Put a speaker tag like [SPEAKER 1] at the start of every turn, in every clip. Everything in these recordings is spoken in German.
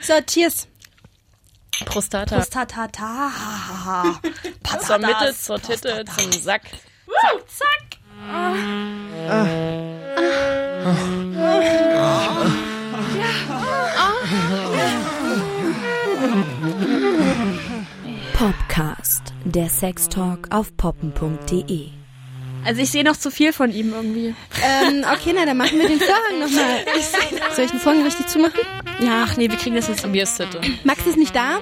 [SPEAKER 1] So, Cheers.
[SPEAKER 2] Prostata.
[SPEAKER 1] Prostatata.
[SPEAKER 2] zur Mitte, zur Titte, zum Sack.
[SPEAKER 1] Zack, zack.
[SPEAKER 3] Popcast, der Sextalk auf poppen.de.
[SPEAKER 1] Also ich sehe noch zu viel von ihm irgendwie. Ähm, okay, na, dann machen wir den Vorhang nochmal. Soll ich den Vorhang richtig zumachen? Ja, ach nee, wir kriegen das jetzt.
[SPEAKER 2] Mir ist Titte.
[SPEAKER 1] Max ist nicht da.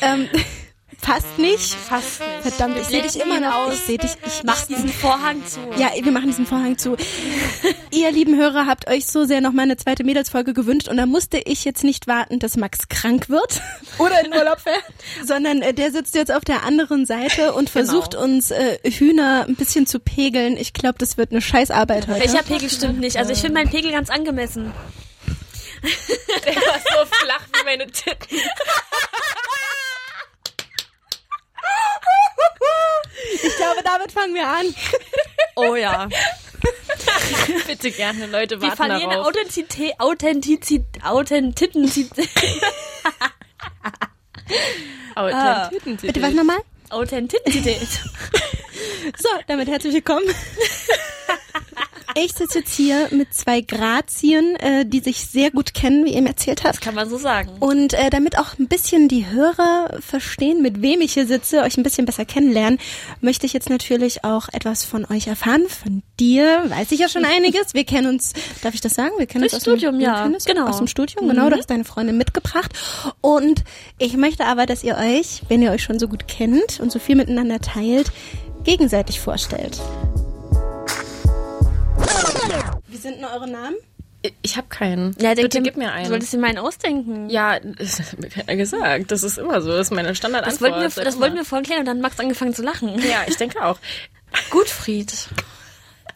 [SPEAKER 1] Ähm, fast nicht.
[SPEAKER 2] Fast nicht.
[SPEAKER 1] Verdammt, ich sehe dich immer noch. Ich sehe dich. Ich mach
[SPEAKER 4] diesen Vorhang zu.
[SPEAKER 1] Ja, wir machen diesen Vorhang zu. Ihr lieben Hörer habt euch so sehr noch mal eine zweite Mädelsfolge gewünscht und da musste ich jetzt nicht warten, dass Max krank wird oder in Urlaub fährt, sondern äh, der sitzt jetzt auf der anderen Seite und versucht uns äh, Hühner ein bisschen zu pegeln. Ich glaube, das wird eine Scheißarbeit heute.
[SPEAKER 4] Welcher Pegel stimmt nicht? Also ich finde meinen Pegel ganz angemessen.
[SPEAKER 2] Der war so flach wie meine Titten.
[SPEAKER 1] Ich glaube, damit fangen wir an.
[SPEAKER 4] Oh ja.
[SPEAKER 2] Bitte gerne, Leute,
[SPEAKER 4] Wir
[SPEAKER 2] warten
[SPEAKER 4] verlieren
[SPEAKER 2] darauf.
[SPEAKER 4] Authentizität, Authentizität, Authentitenzität,
[SPEAKER 2] Authentitentität.
[SPEAKER 1] Bitte was nochmal?
[SPEAKER 4] Authentizität.
[SPEAKER 1] So, damit herzlich willkommen. Ich sitze jetzt hier mit zwei Grazien, äh, die sich sehr gut kennen, wie ihr mir erzählt habt.
[SPEAKER 4] Kann man so sagen.
[SPEAKER 1] Und äh, damit auch ein bisschen die Hörer verstehen, mit wem ich hier sitze, euch ein bisschen besser kennenlernen, möchte ich jetzt natürlich auch etwas von euch erfahren. Von dir weiß ich ja schon einiges. Wir kennen uns, darf ich das sagen? Wir kennen
[SPEAKER 4] Durchs
[SPEAKER 1] uns aus
[SPEAKER 4] Studium,
[SPEAKER 1] dem, wir
[SPEAKER 4] ja.
[SPEAKER 1] kennen uns
[SPEAKER 4] Genau.
[SPEAKER 1] Aus dem Studium, genau. Du hast deine Freundin mitgebracht. Und ich möchte aber, dass ihr euch, wenn ihr euch schon so gut kennt und so viel miteinander teilt, gegenseitig vorstellt. Wie sind denn eure Namen?
[SPEAKER 2] Ich habe keinen.
[SPEAKER 4] Ja, denk
[SPEAKER 2] Bitte
[SPEAKER 4] dir-
[SPEAKER 2] gib mir einen.
[SPEAKER 4] Du solltest dir meinen ausdenken.
[SPEAKER 2] ja, das hat mir keiner gesagt. Das ist immer so. Das ist meine
[SPEAKER 4] Das
[SPEAKER 2] Standardantwort.
[SPEAKER 4] wollten wir,
[SPEAKER 2] seit
[SPEAKER 4] das wollten wir vorhin klären und dann Max angefangen zu lachen.
[SPEAKER 2] immer. Ja, ich denke auch.
[SPEAKER 4] Gutfried.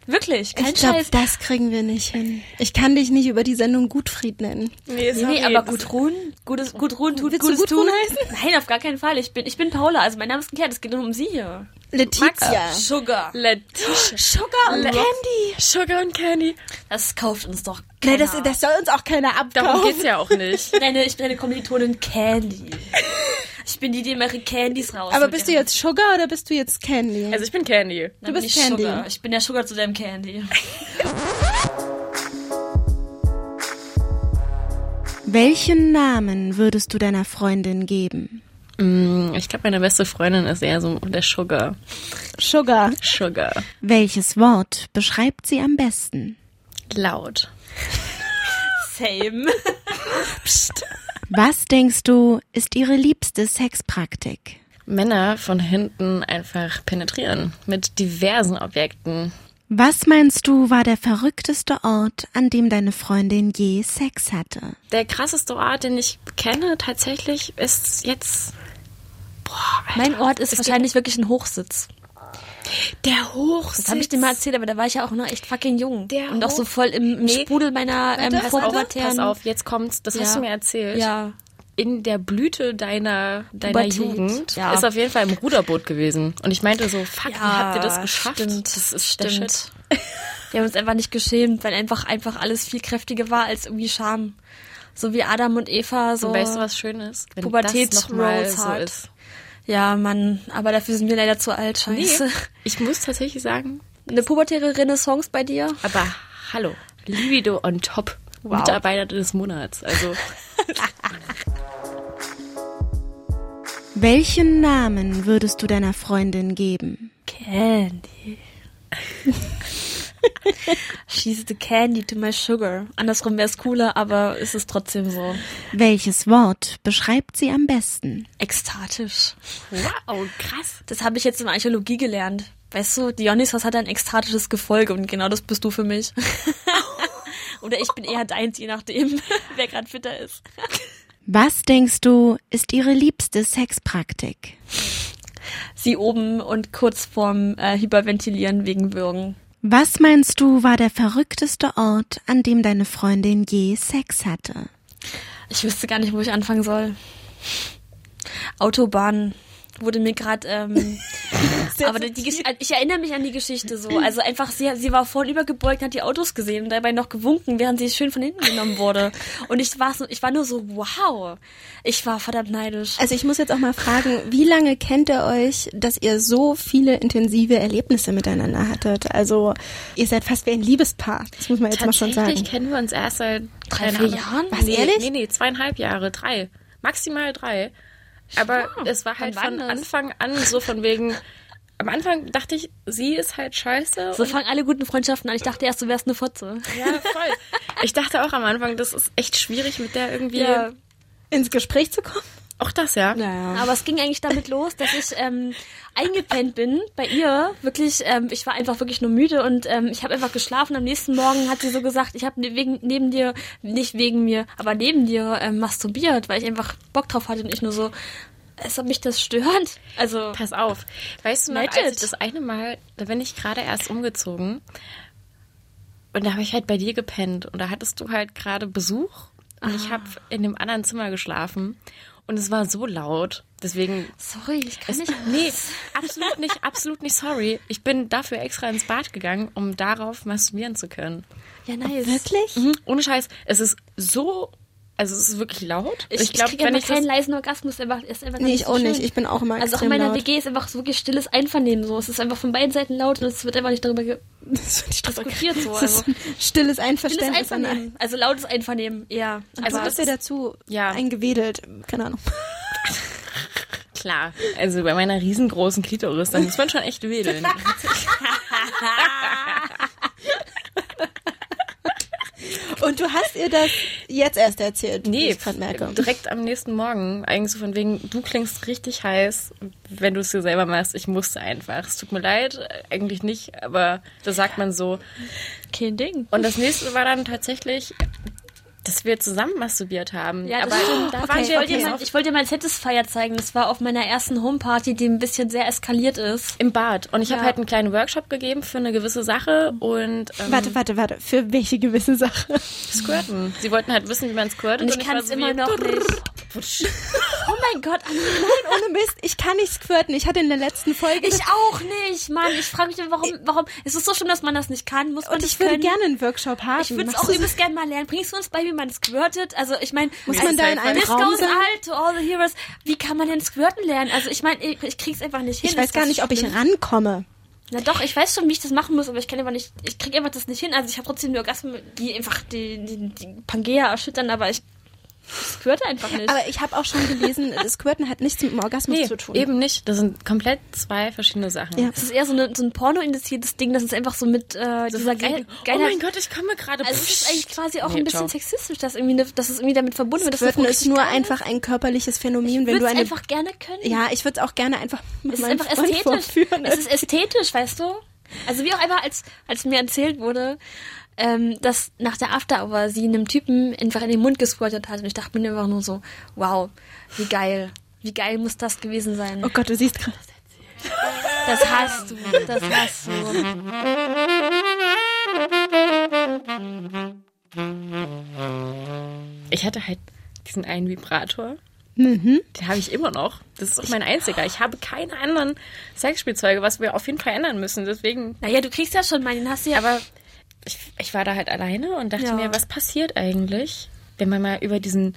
[SPEAKER 4] Wirklich, kein
[SPEAKER 1] Ich glaube,
[SPEAKER 4] Scheiß.
[SPEAKER 1] das kriegen wir nicht hin. Ich kann dich nicht über die Sendung Gutfried nennen.
[SPEAKER 2] Nee,
[SPEAKER 4] Nee, aber Gudrun, gutes, Gudrun tut
[SPEAKER 1] Willst du
[SPEAKER 4] gutes
[SPEAKER 1] Gudrun
[SPEAKER 4] tun.
[SPEAKER 1] heißen?
[SPEAKER 4] Nein, auf gar keinen Fall. Ich bin, ich bin Paula, also mein Name ist geklärt. Es geht nur um sie hier.
[SPEAKER 1] Letizia.
[SPEAKER 4] Sugar.
[SPEAKER 2] Letitia.
[SPEAKER 4] Sugar und
[SPEAKER 1] Candy.
[SPEAKER 2] Sugar und Candy.
[SPEAKER 4] Das kauft uns doch
[SPEAKER 1] Nee,
[SPEAKER 4] keiner.
[SPEAKER 1] das, das soll uns auch keiner
[SPEAKER 2] Darum
[SPEAKER 1] abkaufen.
[SPEAKER 2] geht's ja auch nicht.
[SPEAKER 4] Ich bin eine, ich bin eine Kommilitonin Candy. Ich bin die, die immer ihre Candies raus.
[SPEAKER 1] Aber bist du jetzt Sugar oder bist du jetzt Candy?
[SPEAKER 2] Also ich bin Candy.
[SPEAKER 4] Du
[SPEAKER 1] bist Candy.
[SPEAKER 4] Sugar. Ich bin der Sugar zu deinem Candy.
[SPEAKER 1] Welchen Namen würdest du deiner Freundin geben?
[SPEAKER 2] Mm, Ich glaube, meine beste Freundin ist eher so der Sugar.
[SPEAKER 1] Sugar.
[SPEAKER 2] Sugar.
[SPEAKER 1] Welches Wort beschreibt sie am besten?
[SPEAKER 2] Laut.
[SPEAKER 4] Same.
[SPEAKER 1] Was denkst du, ist ihre liebste Sexpraktik?
[SPEAKER 2] Männer von hinten einfach penetrieren. Mit diversen Objekten.
[SPEAKER 1] Was meinst du, war der verrückteste Ort, an dem deine Freundin je Sex hatte?
[SPEAKER 2] Der krasseste Ort, den ich kenne tatsächlich, ist jetzt. Boah, Alter.
[SPEAKER 4] Mein Ort ist wahrscheinlich wirklich ein Hochsitz.
[SPEAKER 2] der Hochsitz.
[SPEAKER 4] Das habe ich dir mal erzählt, aber da war ich ja auch noch echt fucking jung.
[SPEAKER 2] Der
[SPEAKER 4] Und auch so
[SPEAKER 2] Hoch-
[SPEAKER 4] voll im, im
[SPEAKER 2] Nee.
[SPEAKER 4] Sprudel meiner ähm,
[SPEAKER 2] Pass auf,
[SPEAKER 4] vorpubertären...
[SPEAKER 2] pass auf, jetzt kommt's. Das hast
[SPEAKER 4] Ja.
[SPEAKER 2] du mir erzählt.
[SPEAKER 4] Ja.
[SPEAKER 2] In der Blüte deiner, deiner
[SPEAKER 4] Pubertät.
[SPEAKER 2] Jugend
[SPEAKER 4] Ja.
[SPEAKER 2] ist auf jeden Fall im Ruderboot gewesen. Und ich meinte so, fuck, wie
[SPEAKER 4] Ja,
[SPEAKER 2] habt ihr das geschafft?
[SPEAKER 4] Ah, stimmt,
[SPEAKER 2] das ist der
[SPEAKER 4] stimmt.
[SPEAKER 2] Shit.
[SPEAKER 4] Wir haben uns einfach nicht geschämt, weil einfach, einfach alles viel kräftiger war als irgendwie Scham. So wie Adam und Eva, so.
[SPEAKER 2] Und weißt du, was schön ist? Wenn
[SPEAKER 4] Pubertäts-
[SPEAKER 2] das noch mal
[SPEAKER 4] Rose
[SPEAKER 2] so
[SPEAKER 4] hat.
[SPEAKER 2] ist.
[SPEAKER 4] Ja, Mann, aber dafür sind wir leider zu alt, scheiße.
[SPEAKER 2] Nee, ich muss tatsächlich sagen,
[SPEAKER 4] Eine pubertäre Renaissance bei dir?
[SPEAKER 2] aber hallo, Libido on top.
[SPEAKER 4] Wow.
[SPEAKER 2] Mitarbeiter des Monats. Also
[SPEAKER 1] Welchen Namen würdest du deiner Freundin geben?
[SPEAKER 4] Candy. She's the candy to my sugar. Andersrum wäre es cooler, aber ist es trotzdem so.
[SPEAKER 1] Welches Wort beschreibt sie am besten?
[SPEAKER 4] Ekstatisch.
[SPEAKER 2] wow, krass.
[SPEAKER 4] Das habe ich jetzt in Archäologie gelernt. Weißt du, Dionysos hat ein ekstatisches Gefolge und genau das bist du für mich. Oder ich bin eher deins, je nachdem, wer gerade fitter ist.
[SPEAKER 1] Was denkst du, ist ihre liebste Sexpraktik?
[SPEAKER 4] Sie oben und kurz vorm äh, Hyperventilieren wegen Würgen.
[SPEAKER 1] Was meinst du, war der verrückteste Ort, an dem deine Freundin je Sex hatte?
[SPEAKER 4] Ich wüsste gar nicht, wo ich anfangen soll. Autobahn wurde mir gerade ähm,
[SPEAKER 1] sehr
[SPEAKER 4] Aber die,
[SPEAKER 1] subtil.
[SPEAKER 4] Gesch- ich erinnere mich an die Geschichte so. Also einfach, sie, sie war vornübergebeugt, hat die Autos gesehen und dabei noch gewunken, während sie schön von hinten genommen wurde. Und ich war, so, ich war nur so, wow. Ich war verdammt neidisch.
[SPEAKER 1] Also ich muss jetzt auch mal fragen, wie lange kennt ihr euch, dass ihr so viele intensive Erlebnisse miteinander hattet? Also ihr seid fast wie ein Liebespaar, das muss man jetzt mal schon sagen.
[SPEAKER 2] Tatsächlich kennen wir uns erst seit
[SPEAKER 4] Drei,
[SPEAKER 2] keine
[SPEAKER 4] vier
[SPEAKER 2] Ahnung.
[SPEAKER 4] Jahren?
[SPEAKER 2] Nee,
[SPEAKER 1] Was, ehrlich?
[SPEAKER 2] Nee, nee, zweieinhalb Jahre, drei. Maximal drei. Aber es war halt
[SPEAKER 4] wann
[SPEAKER 2] von
[SPEAKER 4] das?
[SPEAKER 2] Anfang an so von wegen. Am Anfang dachte ich, sie ist halt scheiße.
[SPEAKER 4] So fangen alle guten Freundschaften an. Ich dachte erst, du wärst eine Fotze.
[SPEAKER 2] und, ja, voll. Ich dachte auch am Anfang, das ist echt schwierig mit der irgendwie.
[SPEAKER 1] Ins Gespräch zu kommen?
[SPEAKER 2] Auch das, ja.
[SPEAKER 1] Ah.
[SPEAKER 4] Aber es ging eigentlich damit los, dass ich ähm, eingepennt bin bei ihr. Wirklich, ähm, ich war einfach wirklich nur müde und ähm, ich habe einfach geschlafen. Am nächsten Morgen hat sie so gesagt, ich habe ne- wegen neben dir, nicht wegen mir, aber neben dir ähm, masturbiert, weil ich einfach Bock drauf hatte und ich nur so, es hat mich das stört. Also
[SPEAKER 2] Pass auf. Weißt du noch, als ich
[SPEAKER 4] Legit.
[SPEAKER 2] das eine Mal, da bin ich gerade erst umgezogen und da habe ich halt bei dir gepennt und da hattest du halt gerade Besuch und
[SPEAKER 4] Ah.
[SPEAKER 2] ich habe in dem anderen Zimmer geschlafen und es war so laut. Deswegen
[SPEAKER 4] sorry, ich kann
[SPEAKER 2] es,
[SPEAKER 4] nicht.
[SPEAKER 2] nee, absolut nicht, absolut nicht sorry. Ich bin dafür extra ins Bad gegangen, um darauf masturbieren zu können.
[SPEAKER 4] Ja, nice.
[SPEAKER 1] Wirklich?
[SPEAKER 2] Mhm, ohne Scheiß, es ist so, also es ist wirklich laut.
[SPEAKER 4] Ich, ich
[SPEAKER 2] glaub,
[SPEAKER 4] kriege immer keinen leisen Orgasmus. Einfach, ist einfach
[SPEAKER 1] Nee,
[SPEAKER 4] nicht
[SPEAKER 1] ich
[SPEAKER 4] so
[SPEAKER 1] auch nicht.
[SPEAKER 4] schön.
[SPEAKER 1] Ich bin auch immer
[SPEAKER 4] Also auch
[SPEAKER 1] extrem
[SPEAKER 4] in meiner
[SPEAKER 1] laut.
[SPEAKER 4] WG ist einfach so wirklich stilles Einvernehmen so. Es ist einfach von beiden Seiten laut und es wird einfach nicht darüber ge
[SPEAKER 1] Das finde ich doch so
[SPEAKER 4] Diskutiert so, also.
[SPEAKER 1] Das ist ein stilles
[SPEAKER 4] Stilles
[SPEAKER 1] Einverständnis.
[SPEAKER 4] Einvernehmen. Also lautes Einvernehmen, ja.
[SPEAKER 1] Also
[SPEAKER 4] Aber
[SPEAKER 1] was ihr dazu
[SPEAKER 2] Ja.
[SPEAKER 1] eingewedelt, keine Ahnung.
[SPEAKER 2] Klar, also bei meiner riesengroßen Klitoris, da muss man schon echt wedeln.
[SPEAKER 1] Und du hast ihr das jetzt erst erzählt, wie
[SPEAKER 2] Nee,
[SPEAKER 1] ich gerade merke.
[SPEAKER 2] direkt am nächsten Morgen. Eigentlich so von wegen, du klingst richtig heiß, wenn du es dir selber machst. Ich musste einfach. Es tut mir leid, äh, eigentlich nicht, aber das sagt man so.
[SPEAKER 4] kein Ding.
[SPEAKER 2] Und das nächste war dann tatsächlich, dass wir zusammen masturbiert haben.
[SPEAKER 4] Ja, das
[SPEAKER 2] aber
[SPEAKER 4] stimmt.
[SPEAKER 2] da
[SPEAKER 4] Okay,
[SPEAKER 2] waren
[SPEAKER 4] ich,
[SPEAKER 2] wir
[SPEAKER 4] wollte dir
[SPEAKER 2] okay.
[SPEAKER 4] mein, ich wollte dir mein Satisfier zeigen. Das war auf meiner ersten Homeparty, die ein bisschen sehr eskaliert ist.
[SPEAKER 2] im Bad. Und ich habe
[SPEAKER 4] Ja.
[SPEAKER 2] halt einen kleinen Workshop gegeben für eine gewisse Sache und ähm,
[SPEAKER 1] Warte, warte, warte. Für welche gewisse Sache?
[SPEAKER 2] Squirten. Sie wollten halt wissen, wie man squirtet.
[SPEAKER 4] Und ich kann
[SPEAKER 2] war
[SPEAKER 4] es
[SPEAKER 2] so
[SPEAKER 4] immer
[SPEAKER 2] wie-
[SPEAKER 4] noch nicht. Oh mein Gott, Anni.
[SPEAKER 1] Ohne Mist, ich kann nicht squirten. Ich hatte in der letzten Folge
[SPEAKER 4] Ich auch nicht, Mann. Ich frage mich, immer, warum, warum. Es ist so schlimm, dass man das nicht kann. Muss man
[SPEAKER 1] und
[SPEAKER 4] das
[SPEAKER 1] ich würde
[SPEAKER 4] können?
[SPEAKER 1] gerne einen Workshop haben.
[SPEAKER 4] Ich würde es
[SPEAKER 1] Machst
[SPEAKER 4] auch
[SPEAKER 1] du-
[SPEAKER 4] übelst gerne mal lernen. Bringst du uns bei, wie man squirtet? Also ich meine,
[SPEAKER 1] Muss man da in einem Raum
[SPEAKER 4] Discounts
[SPEAKER 1] sein?
[SPEAKER 4] alt halt to all the heroes. Wie kann man denn squirten lernen? Also ich meine, ich, ich krieg's einfach nicht hin.
[SPEAKER 1] Ich weiß
[SPEAKER 4] Ist
[SPEAKER 1] gar
[SPEAKER 4] das
[SPEAKER 1] nicht, ob
[SPEAKER 4] schlimm?
[SPEAKER 1] ich rankomme.
[SPEAKER 4] Na doch, ich weiß schon, wie ich das machen muss, aber ich kann einfach nicht, ich krieg einfach das nicht hin. Also ich habe trotzdem die Orgasmen, die einfach die, die, die Pangea erschüttern, aber ich das gehört einfach nicht.
[SPEAKER 1] Aber ich habe auch schon gelesen, das Squirten hat nichts mit dem Orgasmus
[SPEAKER 2] Nee,
[SPEAKER 1] zu tun.
[SPEAKER 2] eben nicht. Das sind komplett zwei verschiedene Sachen.
[SPEAKER 1] Ja.
[SPEAKER 4] es ist eher so, eine, so ein porno-indiziertes Ding, das ist einfach so mit äh, dieser geil,
[SPEAKER 2] oh
[SPEAKER 4] geiler...
[SPEAKER 2] mein Gott, ich komme gerade.
[SPEAKER 4] also es ist eigentlich quasi auch
[SPEAKER 2] Nee,
[SPEAKER 4] ein bisschen
[SPEAKER 2] ciao.
[SPEAKER 4] sexistisch, dass, irgendwie ne, dass es irgendwie damit verbunden wird. dass
[SPEAKER 1] Squirten
[SPEAKER 4] eine Frau
[SPEAKER 1] ist nur
[SPEAKER 4] richtig geil
[SPEAKER 1] einfach ein körperliches Phänomen, wenn
[SPEAKER 4] Würd's
[SPEAKER 1] du eine.
[SPEAKER 4] einfach gerne können.
[SPEAKER 1] ja, ich würde es auch gerne einfach mit
[SPEAKER 4] Es ist
[SPEAKER 1] meinem
[SPEAKER 4] einfach
[SPEAKER 1] Freund
[SPEAKER 4] ästhetisch.
[SPEAKER 1] vorführen.
[SPEAKER 4] Es ist ästhetisch, weißt du? Also wie auch immer, als, als mir erzählt wurde, ähm, dass nach der After Hour sie einem Typen einfach in den Mund gesquirtet hat. Und ich dachte mir einfach nur so, wow, wie geil. Wie geil muss das gewesen sein?
[SPEAKER 1] oh Gott, du siehst gerade.
[SPEAKER 4] Das hast du, das hast du.
[SPEAKER 2] Ich hatte halt diesen einen Vibrator.
[SPEAKER 4] Mhm.
[SPEAKER 2] Den habe ich immer noch. Das ist auch mein einziger. Ich habe keine anderen Sexspielzeuge, was wir auf jeden Fall ändern müssen. Deswegen,
[SPEAKER 4] Naja, du kriegst ja schon meinen, den hast du ja.
[SPEAKER 2] aber ich, ich war da halt alleine und dachte
[SPEAKER 4] Ja.
[SPEAKER 2] mir, was passiert eigentlich, wenn man mal über diesen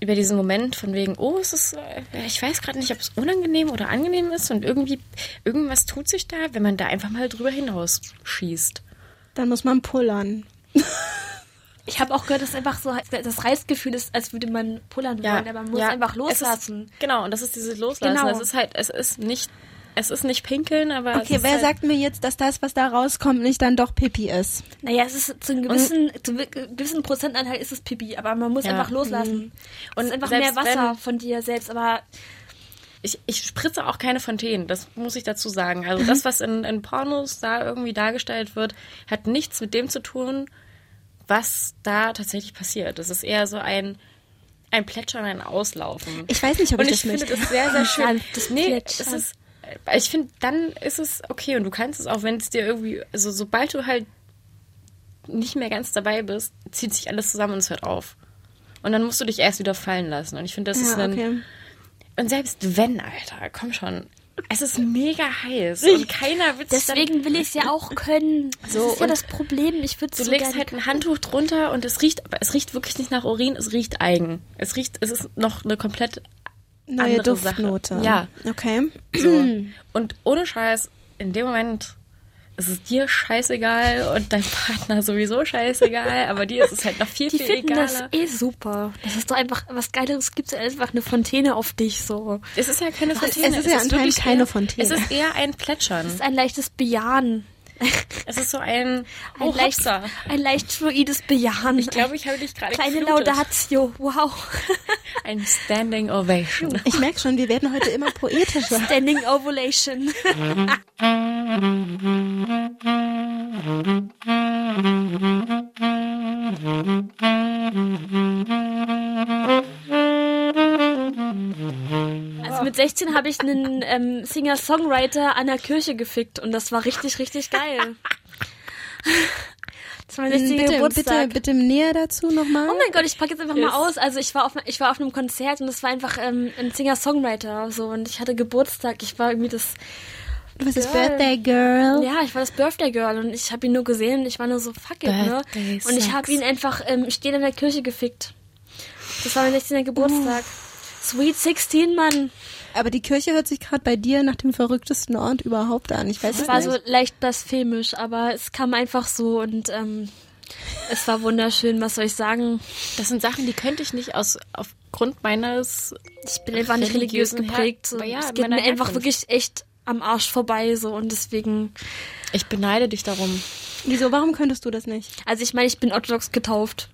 [SPEAKER 2] über diesen Moment von wegen, oh, es ist, äh, ich weiß gerade nicht, ob es unangenehm oder angenehm ist und irgendwie, irgendwas tut sich da, wenn man da einfach mal drüber hinaus schießt.
[SPEAKER 1] Dann muss man pullern.
[SPEAKER 4] ich habe auch gehört, dass einfach so das Reißgefühl ist, als würde man pullern wollen, aber man muss
[SPEAKER 2] ja.
[SPEAKER 4] einfach
[SPEAKER 2] Es ist-
[SPEAKER 4] loslassen.
[SPEAKER 2] genau, und das ist dieses Loslassen.
[SPEAKER 4] Genau.
[SPEAKER 2] Es ist halt, es ist nicht, es ist nicht pinkeln, aber. es
[SPEAKER 1] Okay,
[SPEAKER 2] ist
[SPEAKER 1] wer
[SPEAKER 2] halt,
[SPEAKER 1] sagt mir jetzt, dass das, was da rauskommt, nicht dann doch Pipi ist?
[SPEAKER 4] Naja, es ist zu einem gewissen, zu wi- gewissen Prozentanteil ist es Pipi, aber man muss
[SPEAKER 2] Ja.
[SPEAKER 4] einfach loslassen. Mhm. Und es ist einfach mehr
[SPEAKER 2] selbst
[SPEAKER 4] Wasser
[SPEAKER 2] wenn-
[SPEAKER 4] von dir selbst, aber
[SPEAKER 2] Ich, ich spritze auch keine Fontänen, das muss ich dazu sagen. Also das, was in, in Pornos da irgendwie dargestellt wird, hat nichts mit dem zu tun, was da tatsächlich passiert. Das ist eher so ein, ein Plätschern, ein Auslaufen.
[SPEAKER 1] Ich weiß nicht, ob
[SPEAKER 2] und
[SPEAKER 1] ich das
[SPEAKER 2] ich finde
[SPEAKER 1] möchte.
[SPEAKER 2] das sehr, sehr schön.
[SPEAKER 4] Das
[SPEAKER 2] nee, es
[SPEAKER 4] Plätschern.
[SPEAKER 2] ist, ich finde, dann ist es okay und du kannst es auch, wenn es dir irgendwie, also sobald du halt nicht mehr ganz dabei bist, zieht sich alles zusammen und es hört auf. Und dann
[SPEAKER 1] Ah,
[SPEAKER 2] musst du dich erst wieder fallen lassen. Und ich finde, das ist
[SPEAKER 1] ja,
[SPEAKER 2] ein.
[SPEAKER 1] okay.
[SPEAKER 2] Und selbst wenn, Alter, komm schon. Es ist mega heiß und keiner will sich dann,
[SPEAKER 4] Deswegen will ich es ja auch können. Das
[SPEAKER 2] So,
[SPEAKER 4] ist ja
[SPEAKER 2] und
[SPEAKER 4] das Problem. Ich würde
[SPEAKER 2] Du
[SPEAKER 4] so
[SPEAKER 2] legst
[SPEAKER 4] gerne
[SPEAKER 2] halt ein Handtuch drunter und es riecht, aber es riecht wirklich nicht nach Urin, es riecht eigen. Es riecht, es ist noch eine komplett
[SPEAKER 1] Neue
[SPEAKER 2] andere
[SPEAKER 1] Duftnote.
[SPEAKER 2] Sache. Ja.
[SPEAKER 1] Okay.
[SPEAKER 2] so. Und ohne Scheiß, in dem Moment ist es dir scheißegal und dein Partner sowieso scheißegal, aber dir ist es halt noch viel,
[SPEAKER 4] Die
[SPEAKER 2] viel
[SPEAKER 4] finden das
[SPEAKER 2] egaler.
[SPEAKER 4] eh super. Das ist doch einfach was Geileres. Gibt es einfach eine Fontäne auf dich so.
[SPEAKER 2] Es ist ja keine Fontäne.
[SPEAKER 1] es ist ja anscheinend
[SPEAKER 2] wirklich
[SPEAKER 1] keine
[SPEAKER 2] eher,
[SPEAKER 1] Fontäne.
[SPEAKER 2] Es ist eher ein Plätschern.
[SPEAKER 4] Das ist ein leichtes Bejahen.
[SPEAKER 2] Es ist so ein,
[SPEAKER 4] Ein,
[SPEAKER 2] oh,
[SPEAKER 4] leicht,
[SPEAKER 2] Hopsa.
[SPEAKER 4] ein leicht fluides Bejahen.
[SPEAKER 2] Ich glaube, ich habe dich gerade
[SPEAKER 4] Kleine
[SPEAKER 2] geflutet.
[SPEAKER 4] Laudatio. Wow.
[SPEAKER 2] Ein Standing Ovation.
[SPEAKER 1] Ich merke schon, wir werden heute immer poetischer.
[SPEAKER 4] Standing Ovulation. Also mit 16 habe ich einen ähm, Singer-Songwriter an der Kirche gefickt und das war richtig, richtig geil. Das war mein 16.
[SPEAKER 1] Bitte, bitte,
[SPEAKER 4] Geburtstag.
[SPEAKER 1] bitte näher dazu nochmal.
[SPEAKER 4] Oh mein Gott, ich packe jetzt einfach mal aus. Also ich war auf ich war auf einem Konzert und das war einfach ähm, ein Singer-Songwriter so und ich hatte Geburtstag. Ich war irgendwie das
[SPEAKER 1] Du bist das
[SPEAKER 4] Girl.
[SPEAKER 1] Birthday Girl.
[SPEAKER 4] ja, ich war das Birthday Girl und ich habe ihn nur gesehen und ich war nur so fuck it, ne?
[SPEAKER 2] Birthday
[SPEAKER 4] Und ich
[SPEAKER 2] Sex.
[SPEAKER 4] habe ihn einfach ähm, stehen in der Kirche gefickt. Das war mein 16. Geburtstag. Sweet 16, Mann.
[SPEAKER 1] Aber die Kirche hört sich gerade bei dir nach dem verrücktesten Ort überhaupt an. Ich weiß
[SPEAKER 4] Es
[SPEAKER 1] es
[SPEAKER 4] war
[SPEAKER 1] nicht.
[SPEAKER 4] so leicht blasphemisch, aber es kam einfach so und ähm, es war wunderschön, was soll ich sagen?
[SPEAKER 2] Das sind Sachen, die könnte ich nicht aus, aufgrund meines
[SPEAKER 4] Ich bin einfach nicht religiös
[SPEAKER 2] Religiösen Her-
[SPEAKER 4] geprägt. So.
[SPEAKER 2] Aber ja,
[SPEAKER 4] es geht
[SPEAKER 2] meiner
[SPEAKER 4] mir einfach
[SPEAKER 2] Herkunft.
[SPEAKER 4] wirklich echt am Arsch vorbei so und deswegen
[SPEAKER 2] Ich beneide dich darum.
[SPEAKER 1] Wieso, warum könntest du das nicht?
[SPEAKER 4] also ich meine ich bin orthodox getauft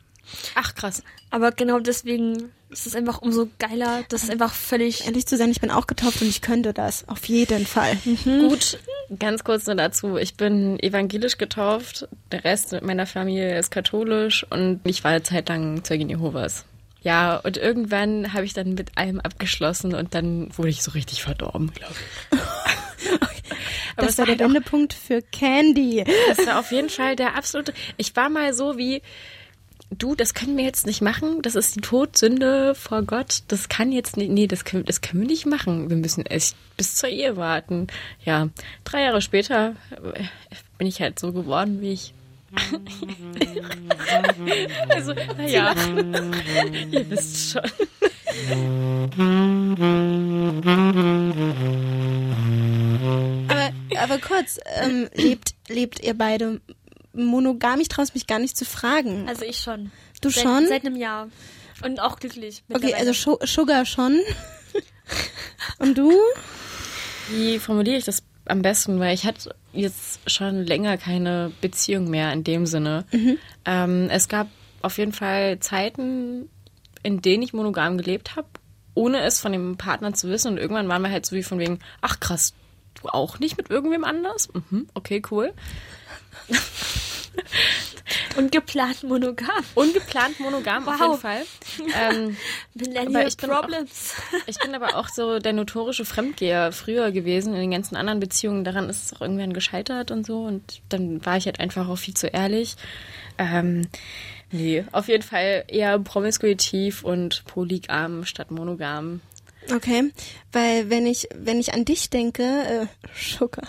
[SPEAKER 2] Ach krass.
[SPEAKER 4] aber genau deswegen ist es einfach umso geiler das ist einfach völlig
[SPEAKER 1] Ehrlich zu sein, ich bin auch getauft und ich könnte das. Auf jeden Fall.
[SPEAKER 2] Mhm. Gut, ganz kurz nur dazu. Ich bin evangelisch getauft, der Rest meiner Familie ist katholisch und ich war eine Zeit lang Zeugin Jehovas. Ja, und irgendwann habe ich dann mit allem abgeschlossen und dann wurde ich so richtig verdorben, glaube ich. Aber
[SPEAKER 1] das
[SPEAKER 2] es
[SPEAKER 1] war der
[SPEAKER 2] halt auch-
[SPEAKER 1] Wendepunkt für Candy.
[SPEAKER 2] Das war auf jeden Fall der absolute. Ich war mal so wie. Du, das können wir jetzt nicht machen. Das ist die Todsünde vor Gott. Das kann jetzt nicht. Nee, das können, das können wir nicht machen. Wir müssen echt bis zur Ehe warten. Ja, drei Jahre später äh, bin ich halt so geworden, wie ich. also, naja. Ihr wisst schon.
[SPEAKER 1] Aber, aber kurz, ähm, lebt, lebt ihr beide monogam? Ich traue es mich gar nicht zu fragen.
[SPEAKER 4] also ich schon
[SPEAKER 1] Du
[SPEAKER 4] seit,
[SPEAKER 1] schon?
[SPEAKER 4] seit einem Jahr und auch glücklich
[SPEAKER 1] Okay,
[SPEAKER 4] mittlerweile.
[SPEAKER 1] also Schu- Sugar schon. Und du?
[SPEAKER 2] Wie formuliere ich das am besten? Weil ich hatte jetzt schon länger keine Beziehung mehr in dem Sinne. Ähm, es gab auf jeden Fall Zeiten, in denen ich monogam gelebt habe, ohne es von dem Partner zu wissen. Und irgendwann waren wir halt so wie von wegen, ach krass, du auch nicht mit irgendwem anders? Mhm, okay, cool.
[SPEAKER 4] und geplant monogam
[SPEAKER 2] Ungeplant monogam auf jeden
[SPEAKER 4] Wow.
[SPEAKER 2] Fall. Ähm,
[SPEAKER 4] Millennial
[SPEAKER 2] ich bin auch-
[SPEAKER 4] Problems
[SPEAKER 2] Ich bin aber auch so der notorische Fremdgeher früher gewesen in den ganzen anderen Beziehungen. Daran ist es auch irgendwann gescheitert und so. Und dann war ich halt einfach auch viel zu ehrlich. Ähm, nee, auf jeden Fall eher promiskuitiv und polygam statt monogam.
[SPEAKER 1] Okay, weil wenn ich wenn ich an dich denke, äh, Sugar,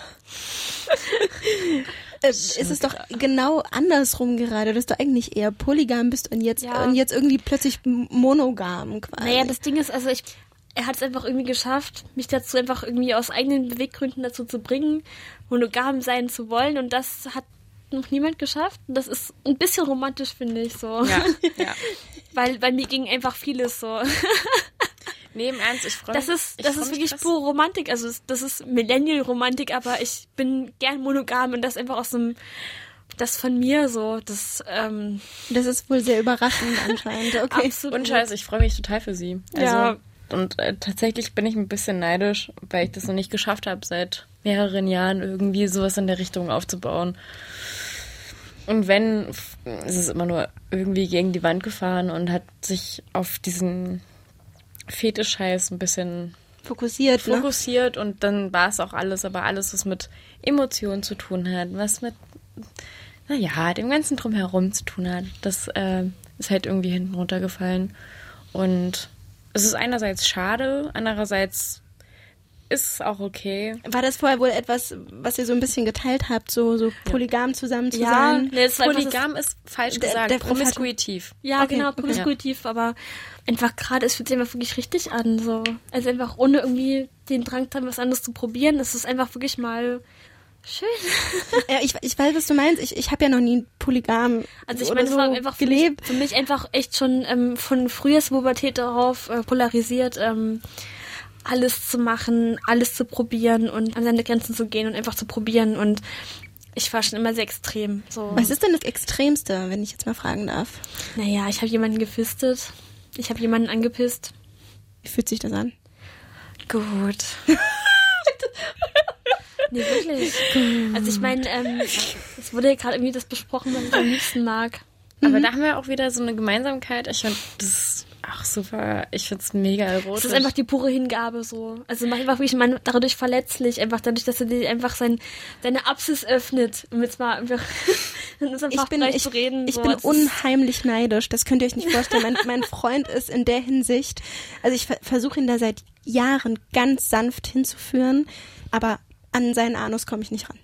[SPEAKER 1] äh, ist es doch genau andersrum gerade, dass du eigentlich eher polygam bist und jetzt
[SPEAKER 4] Ja.
[SPEAKER 1] und jetzt irgendwie plötzlich m- monogam quasi.
[SPEAKER 4] Naja, das Ding ist, also ich, er hat es einfach irgendwie geschafft, mich dazu einfach irgendwie aus eigenen Beweggründen dazu zu bringen, monogam sein zu wollen. Und das hat noch niemand geschafft. Und das ist ein bisschen romantisch, finde ich so.
[SPEAKER 2] Ja, ja.
[SPEAKER 4] Weil bei mir ging einfach vieles so.
[SPEAKER 2] Nee, im Ernst, ich freue mich.
[SPEAKER 4] Das ist,
[SPEAKER 2] Ähm, ich
[SPEAKER 4] das
[SPEAKER 2] freu
[SPEAKER 4] ist
[SPEAKER 2] mich
[SPEAKER 4] wirklich
[SPEAKER 2] krass.
[SPEAKER 4] pure Romantik. Also es- das ist Millennial-Romantik, aber ich bin gern monogam und das einfach aus dem, das von mir so, das, ähm,
[SPEAKER 1] das ist wohl sehr überraschend anscheinend. Okay.
[SPEAKER 4] absolut.
[SPEAKER 2] Und scheiße, ich freue mich total für sie. Also,
[SPEAKER 4] Ja.
[SPEAKER 2] Und äh, tatsächlich bin ich ein bisschen neidisch, weil ich das noch nicht geschafft habe, seit mehreren Jahren irgendwie sowas in der Richtung aufzubauen. Und wenn, f- ist es immer nur irgendwie gegen die Wand gefahren und hat sich auf diesen Fetischscheiß ein bisschen
[SPEAKER 1] Fokussiert, ne?
[SPEAKER 2] fokussiert und dann war es auch alles, aber alles, was mit Emotionen zu tun hat, was mit, naja, dem Ganzen drumherum zu tun hat, das äh, ist halt irgendwie hinten runtergefallen. Und es ist einerseits schade, andererseits ist auch okay.
[SPEAKER 1] War das vorher wohl etwas, was ihr so ein bisschen geteilt habt, so, so polygam zusammen zu
[SPEAKER 4] Ja,
[SPEAKER 1] sein?
[SPEAKER 4] nee, es war einfach,
[SPEAKER 2] Polygam ist falsch
[SPEAKER 1] Der-
[SPEAKER 2] gesagt,
[SPEAKER 1] der Prof hat-
[SPEAKER 2] promiskuitiv.
[SPEAKER 4] Ja,
[SPEAKER 1] Okay,
[SPEAKER 4] genau,
[SPEAKER 1] okay.
[SPEAKER 4] promiskuitiv, aber einfach gerade, es fühlt sich einfach wirklich richtig an, so. Also einfach ohne irgendwie den Drang dran, was anderes zu probieren, es ist einfach wirklich mal schön.
[SPEAKER 1] Ja, ich, ich weiß, was du meinst. Ich, ich habe ja noch nie polygam
[SPEAKER 4] Also ich
[SPEAKER 1] oder
[SPEAKER 4] meine, es
[SPEAKER 1] so
[SPEAKER 4] war einfach für mich,
[SPEAKER 1] gelebt.
[SPEAKER 4] für mich einfach echt schon ähm, von frühes Pubertät darauf äh, polarisiert, ähm, alles zu machen, alles zu probieren und an seine Grenzen zu gehen und einfach zu probieren und ich war schon immer sehr extrem. So.
[SPEAKER 1] Was ist denn das Extremste, wenn ich jetzt mal fragen darf?
[SPEAKER 4] Naja, ich habe jemanden gefistet, ich habe jemanden angepisst.
[SPEAKER 1] Wie fühlt sich das an?
[SPEAKER 4] Gut. nee, wirklich. Also ich meine, ähm, es wurde ja gerade irgendwie das besprochen, was ich am liebsten mag.
[SPEAKER 2] Aber da haben wir auch wieder so eine Gemeinsamkeit. Ich finde das ist auch super. Ich finde es mega erotisch.
[SPEAKER 4] Es ist einfach die pure Hingabe so. Also mach einfach wirklich man dadurch verletzlich, einfach dadurch, dass er dir einfach sein, seine Apsis öffnet, um jetzt mal einfach um in unserem
[SPEAKER 1] Ich bin,
[SPEAKER 4] Fachbereich
[SPEAKER 1] ich,
[SPEAKER 4] zu reden.
[SPEAKER 1] ich
[SPEAKER 4] so.
[SPEAKER 1] bin
[SPEAKER 4] Es ist-
[SPEAKER 1] unheimlich neidisch. Das könnt ihr euch nicht vorstellen. Mein, mein Freund ist in der Hinsicht, also ich ver versuche ihn da seit Jahren ganz sanft hinzuführen, aber an seinen Anus komme ich nicht ran.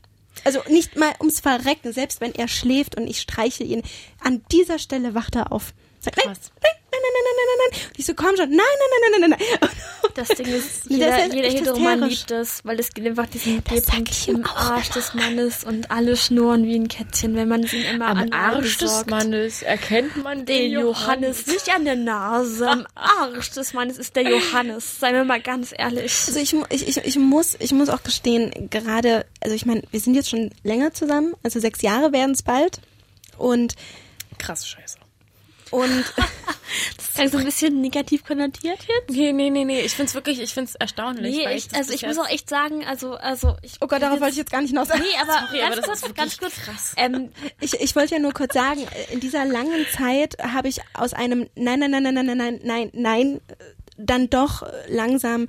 [SPEAKER 1] Also nicht mal ums Verrecken, selbst wenn er schläft und ich streiche ihn. An dieser Stelle wacht er auf. Sagt, nein, nein,
[SPEAKER 2] Krass.
[SPEAKER 1] nein, nein, nein, nein, nein, nein. Und ich so, komm schon, nein, nein, nein, nein, nein, nein.
[SPEAKER 4] Das Ding ist,
[SPEAKER 1] Nee,
[SPEAKER 4] jeder,
[SPEAKER 1] das ist halt
[SPEAKER 4] jeder
[SPEAKER 1] echt
[SPEAKER 4] Heteroman
[SPEAKER 1] hysterisch.
[SPEAKER 4] liebt das, weil es geht einfach diesen
[SPEAKER 1] Das sag
[SPEAKER 4] G-Punkt
[SPEAKER 1] ich ihm
[SPEAKER 4] im
[SPEAKER 1] auch
[SPEAKER 4] Arsch
[SPEAKER 1] immer.
[SPEAKER 4] des Mannes und alle schnurren wie ein Kätzchen, wenn man ihn immer
[SPEAKER 2] am
[SPEAKER 4] an
[SPEAKER 2] Arsch des
[SPEAKER 4] besorgt.
[SPEAKER 2] Mannes erkennt man
[SPEAKER 4] Den Johannes, nicht an der Nase, am Arsch des Mannes ist der Johannes. Seien wir mal ganz ehrlich.
[SPEAKER 1] Also ich, mu- ich, ich, ich, muss, ich muss auch gestehen, gerade, also ich meine, wir sind jetzt schon länger zusammen, also sechs Jahre werden es bald. Und,
[SPEAKER 2] Krass Scheiße.
[SPEAKER 1] und
[SPEAKER 4] Das ist so ein bisschen negativ konnotiert jetzt.
[SPEAKER 2] Nee, nee, nee, nee. Ich find's wirklich, ich find's erstaunlich.
[SPEAKER 4] Nee,
[SPEAKER 2] weil
[SPEAKER 4] ich,
[SPEAKER 2] das
[SPEAKER 4] also
[SPEAKER 2] bis
[SPEAKER 4] ich muss
[SPEAKER 2] jetzt-
[SPEAKER 4] auch echt sagen, also, also ich.
[SPEAKER 1] oh Gott, darauf wollte ich jetzt gar nicht hinaus.
[SPEAKER 4] Nee, aber
[SPEAKER 2] Sorry, aber
[SPEAKER 4] ganz
[SPEAKER 2] das ist
[SPEAKER 4] kurz,
[SPEAKER 2] wirklich
[SPEAKER 4] ganz kurz.
[SPEAKER 2] krass.
[SPEAKER 4] Ähm,
[SPEAKER 1] Ich, ich wollte ja nur kurz sagen, in dieser langen Zeit habe ich aus einem Nein, nein, nein, nein, nein, nein, nein, nein, äh, dann doch äh, langsam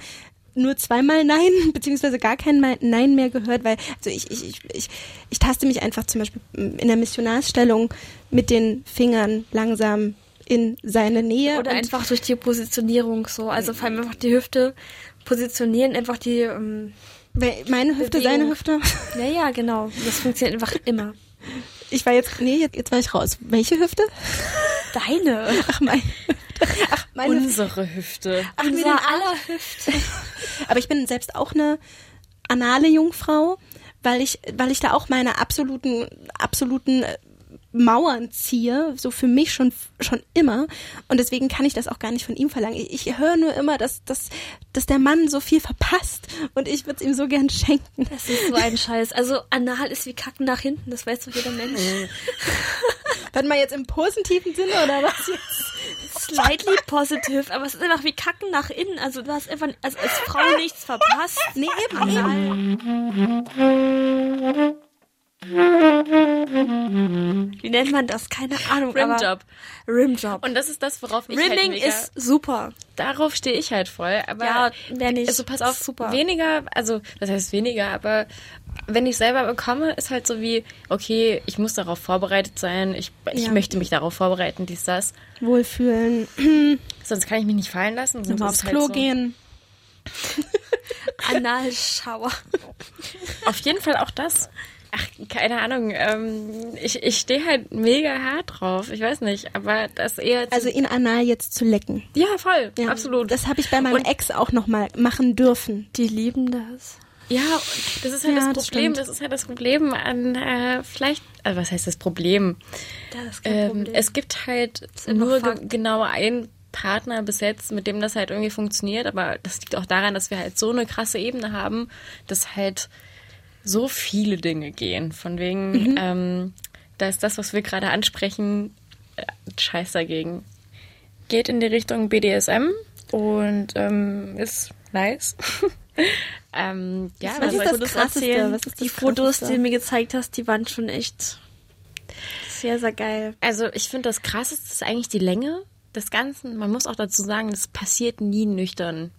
[SPEAKER 1] nur zweimal Nein, beziehungsweise gar kein Mal Nein mehr gehört, weil also ich, ich, ich, ich, ich taste mich einfach zum Beispiel mm, in der Missionarsstellung mit den Fingern langsam in seine Nähe.
[SPEAKER 4] oder
[SPEAKER 1] und-
[SPEAKER 4] einfach durch die Positionierung so. Also vor allem einfach die Hüfte positionieren, einfach die. Ähm,
[SPEAKER 1] Weil Meine Hüfte,
[SPEAKER 4] Bewegung.
[SPEAKER 1] seine Hüfte.
[SPEAKER 4] ja, ja, genau. Das funktioniert einfach immer.
[SPEAKER 1] Ich war jetzt, nee, jetzt, jetzt war ich raus. Welche Hüfte?
[SPEAKER 4] Deine.
[SPEAKER 1] Ach, meine Hüfte. Ach, meine Hüfte.
[SPEAKER 2] unsere Hüfte.
[SPEAKER 1] Ach, mir den
[SPEAKER 4] Unser aller Hüfte.
[SPEAKER 1] Aber ich bin selbst auch eine anale Jungfrau, weil ich, weil ich da auch meine absoluten, absoluten äh, Mauern ziehe, so für mich schon, schon immer. Und deswegen kann ich das auch gar nicht von ihm verlangen. Ich, ich höre nur immer, dass, dass, dass der Mann so viel verpasst und ich würde es ihm so gern schenken.
[SPEAKER 4] Das ist so ein Scheiß. Also anal ist wie Kacken nach hinten, das weiß doch jeder Mensch.
[SPEAKER 1] Warte mal jetzt im positiven Sinne oder was jetzt?
[SPEAKER 4] slightly positive, aber es ist einfach wie Kacken nach innen. Also du hast einfach also als Frau nichts verpasst.
[SPEAKER 1] Nee, eben, eben.
[SPEAKER 4] Wie nennt man das? Keine Ahnung.
[SPEAKER 2] Rimjob.
[SPEAKER 4] Aber Rimjob.
[SPEAKER 2] Und das ist das, worauf ich halt
[SPEAKER 4] Rimming
[SPEAKER 2] mega,
[SPEAKER 4] ist super.
[SPEAKER 2] Darauf stehe ich halt voll. Aber
[SPEAKER 4] Ja, wer nicht,
[SPEAKER 2] Also pass auf,
[SPEAKER 4] ist super.
[SPEAKER 2] weniger, also das heißt weniger, aber wenn ich selber bekomme, ist halt so wie, okay, ich muss darauf vorbereitet sein, ich, ich
[SPEAKER 1] Ja.
[SPEAKER 2] möchte mich darauf vorbereiten, dies, das.
[SPEAKER 1] Wohlfühlen,
[SPEAKER 2] Sonst kann ich mich nicht fallen lassen. Sonst
[SPEAKER 1] nochmal
[SPEAKER 2] ist
[SPEAKER 1] aufs
[SPEAKER 2] halt
[SPEAKER 1] Klo
[SPEAKER 2] so.
[SPEAKER 1] gehen.
[SPEAKER 4] Analschauer.
[SPEAKER 2] Auf jeden Fall auch das. Ach, keine Ahnung. Ähm, ich ich stehe halt mega hart drauf. Ich weiß nicht, aber das eher. zu-
[SPEAKER 1] Also ihn anal jetzt zu lecken.
[SPEAKER 2] ja, voll,
[SPEAKER 1] Ja.
[SPEAKER 2] absolut.
[SPEAKER 1] Das habe ich bei meinem
[SPEAKER 2] Und-
[SPEAKER 1] Ex auch nochmal machen dürfen.
[SPEAKER 4] Die lieben das.
[SPEAKER 2] Ja, und das ist halt
[SPEAKER 1] Ja,
[SPEAKER 2] das
[SPEAKER 1] das
[SPEAKER 2] Problem.
[SPEAKER 1] stimmt.
[SPEAKER 2] Das, ist halt das Problem an äh, vielleicht, also was heißt das Problem?
[SPEAKER 4] Das ist kein
[SPEAKER 2] Ähm,
[SPEAKER 4] Problem.
[SPEAKER 2] es gibt halt
[SPEAKER 4] einfach
[SPEAKER 2] nur ge
[SPEAKER 4] Fakt.
[SPEAKER 2] genau einen Partner bis jetzt, mit dem das halt irgendwie funktioniert, aber das liegt auch daran, dass wir halt so eine krasse Ebene haben, dass halt so viele Dinge gehen. Von wegen,
[SPEAKER 4] Mhm.
[SPEAKER 2] ähm, da ist das, was wir gerade ansprechen, äh, scheiß dagegen. Geht in die Richtung BDSM und ähm, ist nice. ähm, ja,
[SPEAKER 1] Was ist
[SPEAKER 2] soll ich-
[SPEAKER 1] das Krasseste? Was ist das
[SPEAKER 4] die Fotos,
[SPEAKER 1] Krasseste?
[SPEAKER 4] die du mir gezeigt hast, die waren schon echt sehr, sehr geil.
[SPEAKER 2] Also ich finde das krasseste ist eigentlich die Länge des Ganzen. Man muss auch dazu sagen, das passiert nie nüchtern.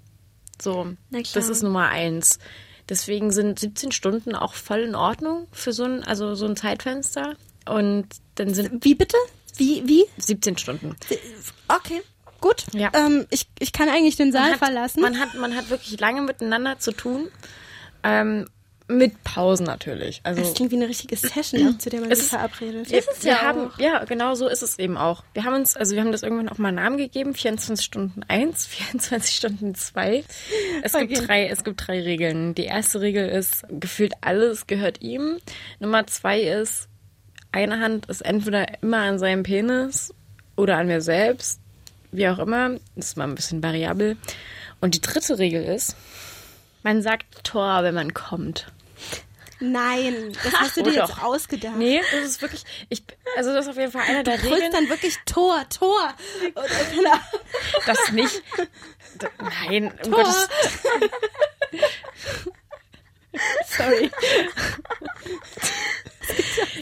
[SPEAKER 2] So,
[SPEAKER 4] Na klar.
[SPEAKER 2] das ist Nummer eins. Deswegen sind 17 Stunden auch voll in Ordnung für so ein, also so ein Zeitfenster. Und dann sind
[SPEAKER 1] Wie bitte? Wie, wie?
[SPEAKER 2] 17 Stunden.
[SPEAKER 1] Okay. Gut,
[SPEAKER 2] Ja.
[SPEAKER 1] ähm, ich, ich kann eigentlich den Saal
[SPEAKER 2] hat,
[SPEAKER 1] verlassen.
[SPEAKER 2] Man hat, man hat wirklich lange miteinander zu tun. Ähm, mit Pausen natürlich. Also
[SPEAKER 1] das klingt wie eine richtige Session, zu der man
[SPEAKER 2] Es
[SPEAKER 1] sich
[SPEAKER 2] ist-
[SPEAKER 1] verabredet.
[SPEAKER 2] wir,
[SPEAKER 4] es
[SPEAKER 2] wir
[SPEAKER 4] ja
[SPEAKER 2] haben, ja, genau so ist es eben auch. Wir haben uns, also wir haben das irgendwann auch mal einen Namen gegeben, 24 Stunden 1, 24 Stunden 2. Es
[SPEAKER 1] Okay.
[SPEAKER 2] gibt drei, es gibt drei Regeln. Die erste Regel ist, gefühlt alles gehört ihm. Nummer zwei ist, eine Hand ist entweder immer an seinem Penis oder an mir selbst, wie auch immer. Das ist mal ein bisschen variabel. Und die dritte Regel ist, man sagt Tor, wenn man kommt.
[SPEAKER 1] Nein, das hast du dir
[SPEAKER 2] Oder
[SPEAKER 1] jetzt
[SPEAKER 2] auch-
[SPEAKER 1] ausgedacht.
[SPEAKER 2] Nee, das ist wirklich. Ich, also, das ist auf jeden Fall einer
[SPEAKER 1] Du
[SPEAKER 2] der
[SPEAKER 1] brüllst
[SPEAKER 2] Regeln.
[SPEAKER 1] dann wirklich Tor, Tor. Oder, keine Ahnung.
[SPEAKER 2] Das nicht. D- Nein, um
[SPEAKER 1] Tor.
[SPEAKER 2] Gottes.
[SPEAKER 1] Sorry.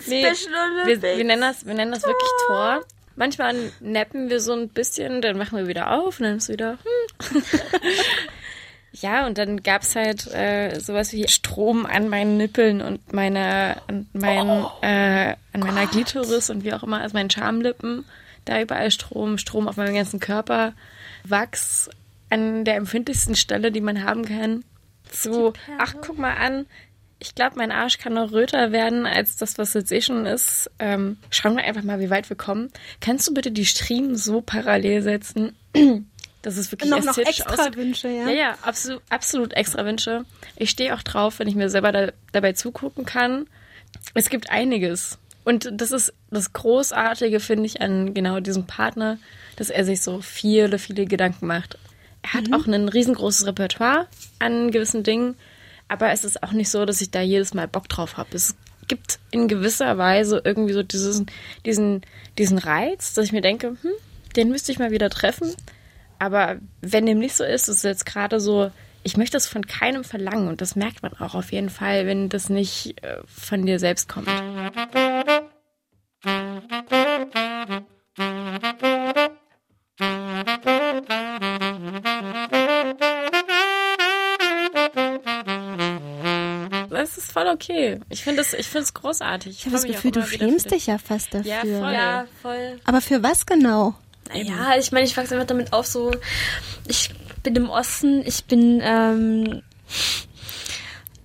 [SPEAKER 2] Nee,
[SPEAKER 4] Special
[SPEAKER 2] wir, wir, nennen das, wir nennen das wirklich Tor. Manchmal nappen wir so ein bisschen, dann machen wir wieder auf und dann ist wieder. Hm. Ja, und dann gab's halt äh, sowas wie Strom an meinen Nippeln und meiner, an, mein, äh, an meiner Glitoris und wie auch immer, also meinen Schamlippen. Da überall Strom, Strom auf meinem ganzen Körper, Wachs an der empfindlichsten Stelle, die man haben kann. So, ach, guck mal an. Ich glaube, mein Arsch kann noch röter werden als das, was jetzt eh schon ist. Ähm, schauen wir einfach mal, wie weit wir kommen. Kannst du bitte die Striemen so parallel setzen, dass es wirklich
[SPEAKER 1] Noch, noch
[SPEAKER 2] ästhetisch
[SPEAKER 1] extra
[SPEAKER 2] aussieht?
[SPEAKER 1] Wünsche, ja?
[SPEAKER 2] Ja, ja, absolut, absolut extra Wünsche. Ich stehe auch drauf, wenn ich mir selber da, dabei zugucken kann. Es gibt einiges. Und das ist das Großartige, finde ich, an genau diesem Partner, dass er sich so viele, viele Gedanken macht. Er
[SPEAKER 1] Mhm.
[SPEAKER 2] hat auch ein riesengroßes Repertoire an gewissen Dingen, aber es ist auch nicht so, dass ich da jedes Mal Bock drauf habe. Es gibt in gewisser Weise irgendwie so diesen, diesen, diesen Reiz, dass ich mir denke, hm, den müsste ich mal wieder treffen. Aber wenn dem nicht so ist, ist es jetzt gerade so, ich möchte es von keinem verlangen. Und das merkt man auch auf jeden Fall, wenn das nicht äh, von dir selbst kommt. Das ist voll okay. Ich finde es ich find's großartig.
[SPEAKER 1] Ich habe das
[SPEAKER 2] freu mich auch
[SPEAKER 1] Gefühl, du
[SPEAKER 2] immer wieder für
[SPEAKER 1] schämst dich ja fast dafür.
[SPEAKER 2] Ja, voll.
[SPEAKER 4] Ja, voll.
[SPEAKER 1] Aber für was genau?
[SPEAKER 4] Ja, ich meine, ich wachse einfach damit auf, so, ich bin im Osten, ich bin ähm,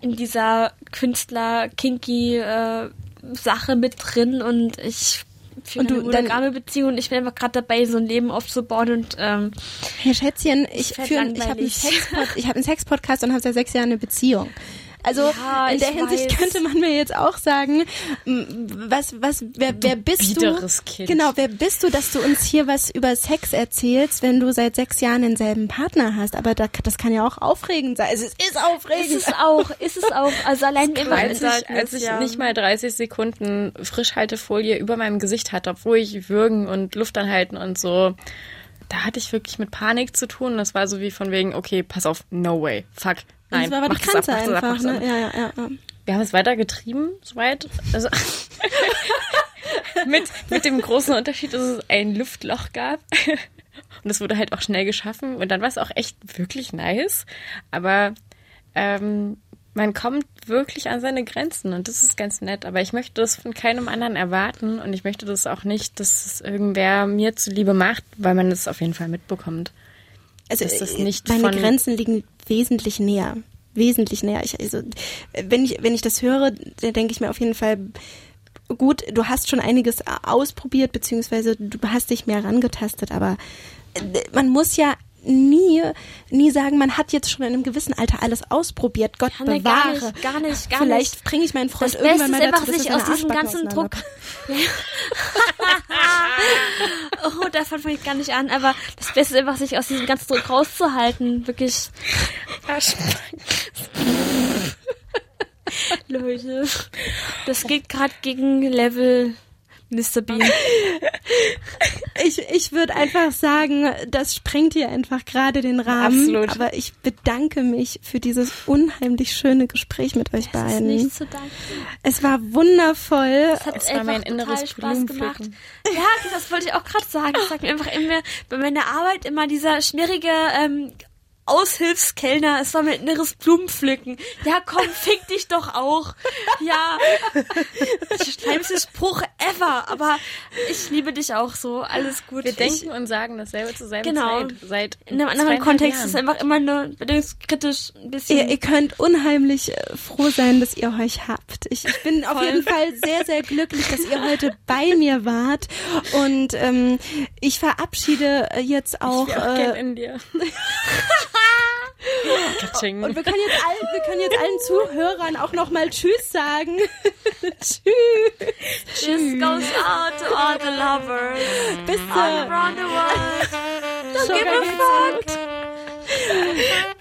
[SPEAKER 4] in dieser Künstler-Kinky-Sache mit drin und ich führe
[SPEAKER 1] Und du-
[SPEAKER 4] eine
[SPEAKER 1] dann-
[SPEAKER 4] monogame Beziehung und ich bin einfach gerade dabei, so ein Leben aufzubauen und ähm,
[SPEAKER 1] Herr Schätzchen, ich,
[SPEAKER 4] Das fällt
[SPEAKER 1] führe, einen- ich habe einen,
[SPEAKER 4] langweilig.
[SPEAKER 1] Sexpod- ich hab einen Sex-Podcast und habe seit sechs Jahren eine Beziehung. Also
[SPEAKER 4] Ja,
[SPEAKER 1] in der
[SPEAKER 4] ich
[SPEAKER 1] Hinsicht
[SPEAKER 4] weiß.
[SPEAKER 1] könnte man mir jetzt auch sagen, m, was, was, wer, wer bist du?
[SPEAKER 2] biederes Kind.
[SPEAKER 1] Genau, wer bist du, dass du uns hier was über Sex erzählst, wenn du seit sechs Jahren denselben Partner hast? Aber da, das kann ja auch aufregend sein. Also es ist
[SPEAKER 4] ist
[SPEAKER 1] aufregend.
[SPEAKER 4] es auch, ist es auch, also allein immer
[SPEAKER 2] Als ich, als ich nicht mal 30 Sekunden Frischhaltefolie über meinem Gesicht hatte, obwohl ich würgen und Luft anhalten und so, da hatte ich wirklich mit Panik zu tun. Das war so wie von wegen, okay, pass auf, no way, fuck, nein,
[SPEAKER 1] das war aber
[SPEAKER 2] mach
[SPEAKER 1] die Grenze
[SPEAKER 2] das ab, mach das ab,
[SPEAKER 1] einfach.
[SPEAKER 2] mach das ab.
[SPEAKER 1] Ne? Ja, ja, ja, ja.
[SPEAKER 2] Wir haben es weitergetrieben, soweit. Also, mit, mit dem großen Unterschied, dass es ein Luftloch gab. Und es wurde halt auch schnell geschaffen. Und dann war es auch echt wirklich nice. Aber ähm, man kommt wirklich an seine Grenzen und das ist ganz nett. Aber ich möchte das von keinem anderen erwarten und ich möchte das auch nicht, dass es irgendwer mir zuliebe macht, weil man das auf jeden Fall mitbekommt.
[SPEAKER 1] Also
[SPEAKER 2] dass das
[SPEAKER 1] äh,
[SPEAKER 2] nicht
[SPEAKER 1] meine
[SPEAKER 2] von-
[SPEAKER 1] Grenzen liegen wesentlich näher. Wesentlich näher. Ich, also, äh, wenn, ich, wenn ich das höre, dann denke ich mir auf jeden Fall, gut, du hast schon einiges a- ausprobiert, beziehungsweise du hast dich mehr rangetastet, aber äh, man muss ja nie, nie sagen, man hat jetzt schon in einem gewissen Alter alles ausprobiert. Gott
[SPEAKER 4] Ja, nee, gar
[SPEAKER 1] bewahre.
[SPEAKER 4] nicht, gar nicht, gar
[SPEAKER 1] Vielleicht
[SPEAKER 4] nicht.
[SPEAKER 1] bringe ich meinen Freund
[SPEAKER 4] Das Beste
[SPEAKER 1] irgendwann mal
[SPEAKER 4] ist einfach,
[SPEAKER 1] dazu, dass
[SPEAKER 4] sich
[SPEAKER 1] er seine
[SPEAKER 4] aus diesem
[SPEAKER 1] Arschbacken
[SPEAKER 4] ganzen Druck-
[SPEAKER 1] auseinander-
[SPEAKER 4] Oh, davon fange ich gar nicht an, aber das Beste ist einfach, sich aus diesem ganzen Druck rauszuhalten. Wirklich, Leute. Das geht gerade gegen Level Mr. Bean.
[SPEAKER 1] Ich, ich würde einfach sagen, das sprengt hier einfach gerade den Rahmen.
[SPEAKER 2] Absolut.
[SPEAKER 1] Aber ich bedanke mich für dieses unheimlich schöne Gespräch mit euch
[SPEAKER 4] Das ist
[SPEAKER 1] beiden.
[SPEAKER 4] nicht zu danken.
[SPEAKER 1] es war wundervoll.
[SPEAKER 4] Es hat
[SPEAKER 2] Es war
[SPEAKER 4] einfach
[SPEAKER 2] mein
[SPEAKER 4] total
[SPEAKER 2] inneres
[SPEAKER 4] Spaß gemacht.
[SPEAKER 2] Blumenpflücken.
[SPEAKER 4] Ja, das wollte ich auch gerade sagen. Das sagt mir einfach immer bei meiner Arbeit immer dieser schmierige ähm, Aushilfskellner, es war mein inneres Blumenpflücken. Ja, komm, fick dich doch auch. Ja, schlimmste Spruch ever, aber ich liebe dich auch so, alles gut.
[SPEAKER 2] Wir
[SPEAKER 4] ich,
[SPEAKER 2] denken und sagen dasselbe zur selben
[SPEAKER 4] Genau.
[SPEAKER 2] Zeit. Seit
[SPEAKER 4] in einem anderen
[SPEAKER 2] zweieinhalb
[SPEAKER 4] Kontext
[SPEAKER 2] Jahren.
[SPEAKER 4] ist einfach immer nur bedingungskritisch ein bisschen.
[SPEAKER 1] Ihr, ihr könnt unheimlich äh, froh sein, dass ihr euch habt. Ich, ich bin auf jeden Fall sehr, sehr glücklich, dass ihr heute bei mir wart. Und ähm, ich verabschiede äh, jetzt auch.
[SPEAKER 2] Ich wär auch gern
[SPEAKER 1] äh,
[SPEAKER 2] in dir. Katsching.
[SPEAKER 1] und wir können jetzt allen, wir können jetzt allen Zuhörern auch nochmal Tschüss sagen. Tschüss.
[SPEAKER 4] This goes out to all the lovers
[SPEAKER 1] Bis
[SPEAKER 4] all
[SPEAKER 1] zur,
[SPEAKER 4] around the world.
[SPEAKER 1] Sugar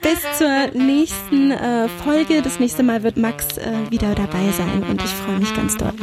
[SPEAKER 1] Geht's ab. bis zur nächsten äh, Folge. Das nächste Mal wird Max äh, wieder dabei sein und ich freue mich ganz doll.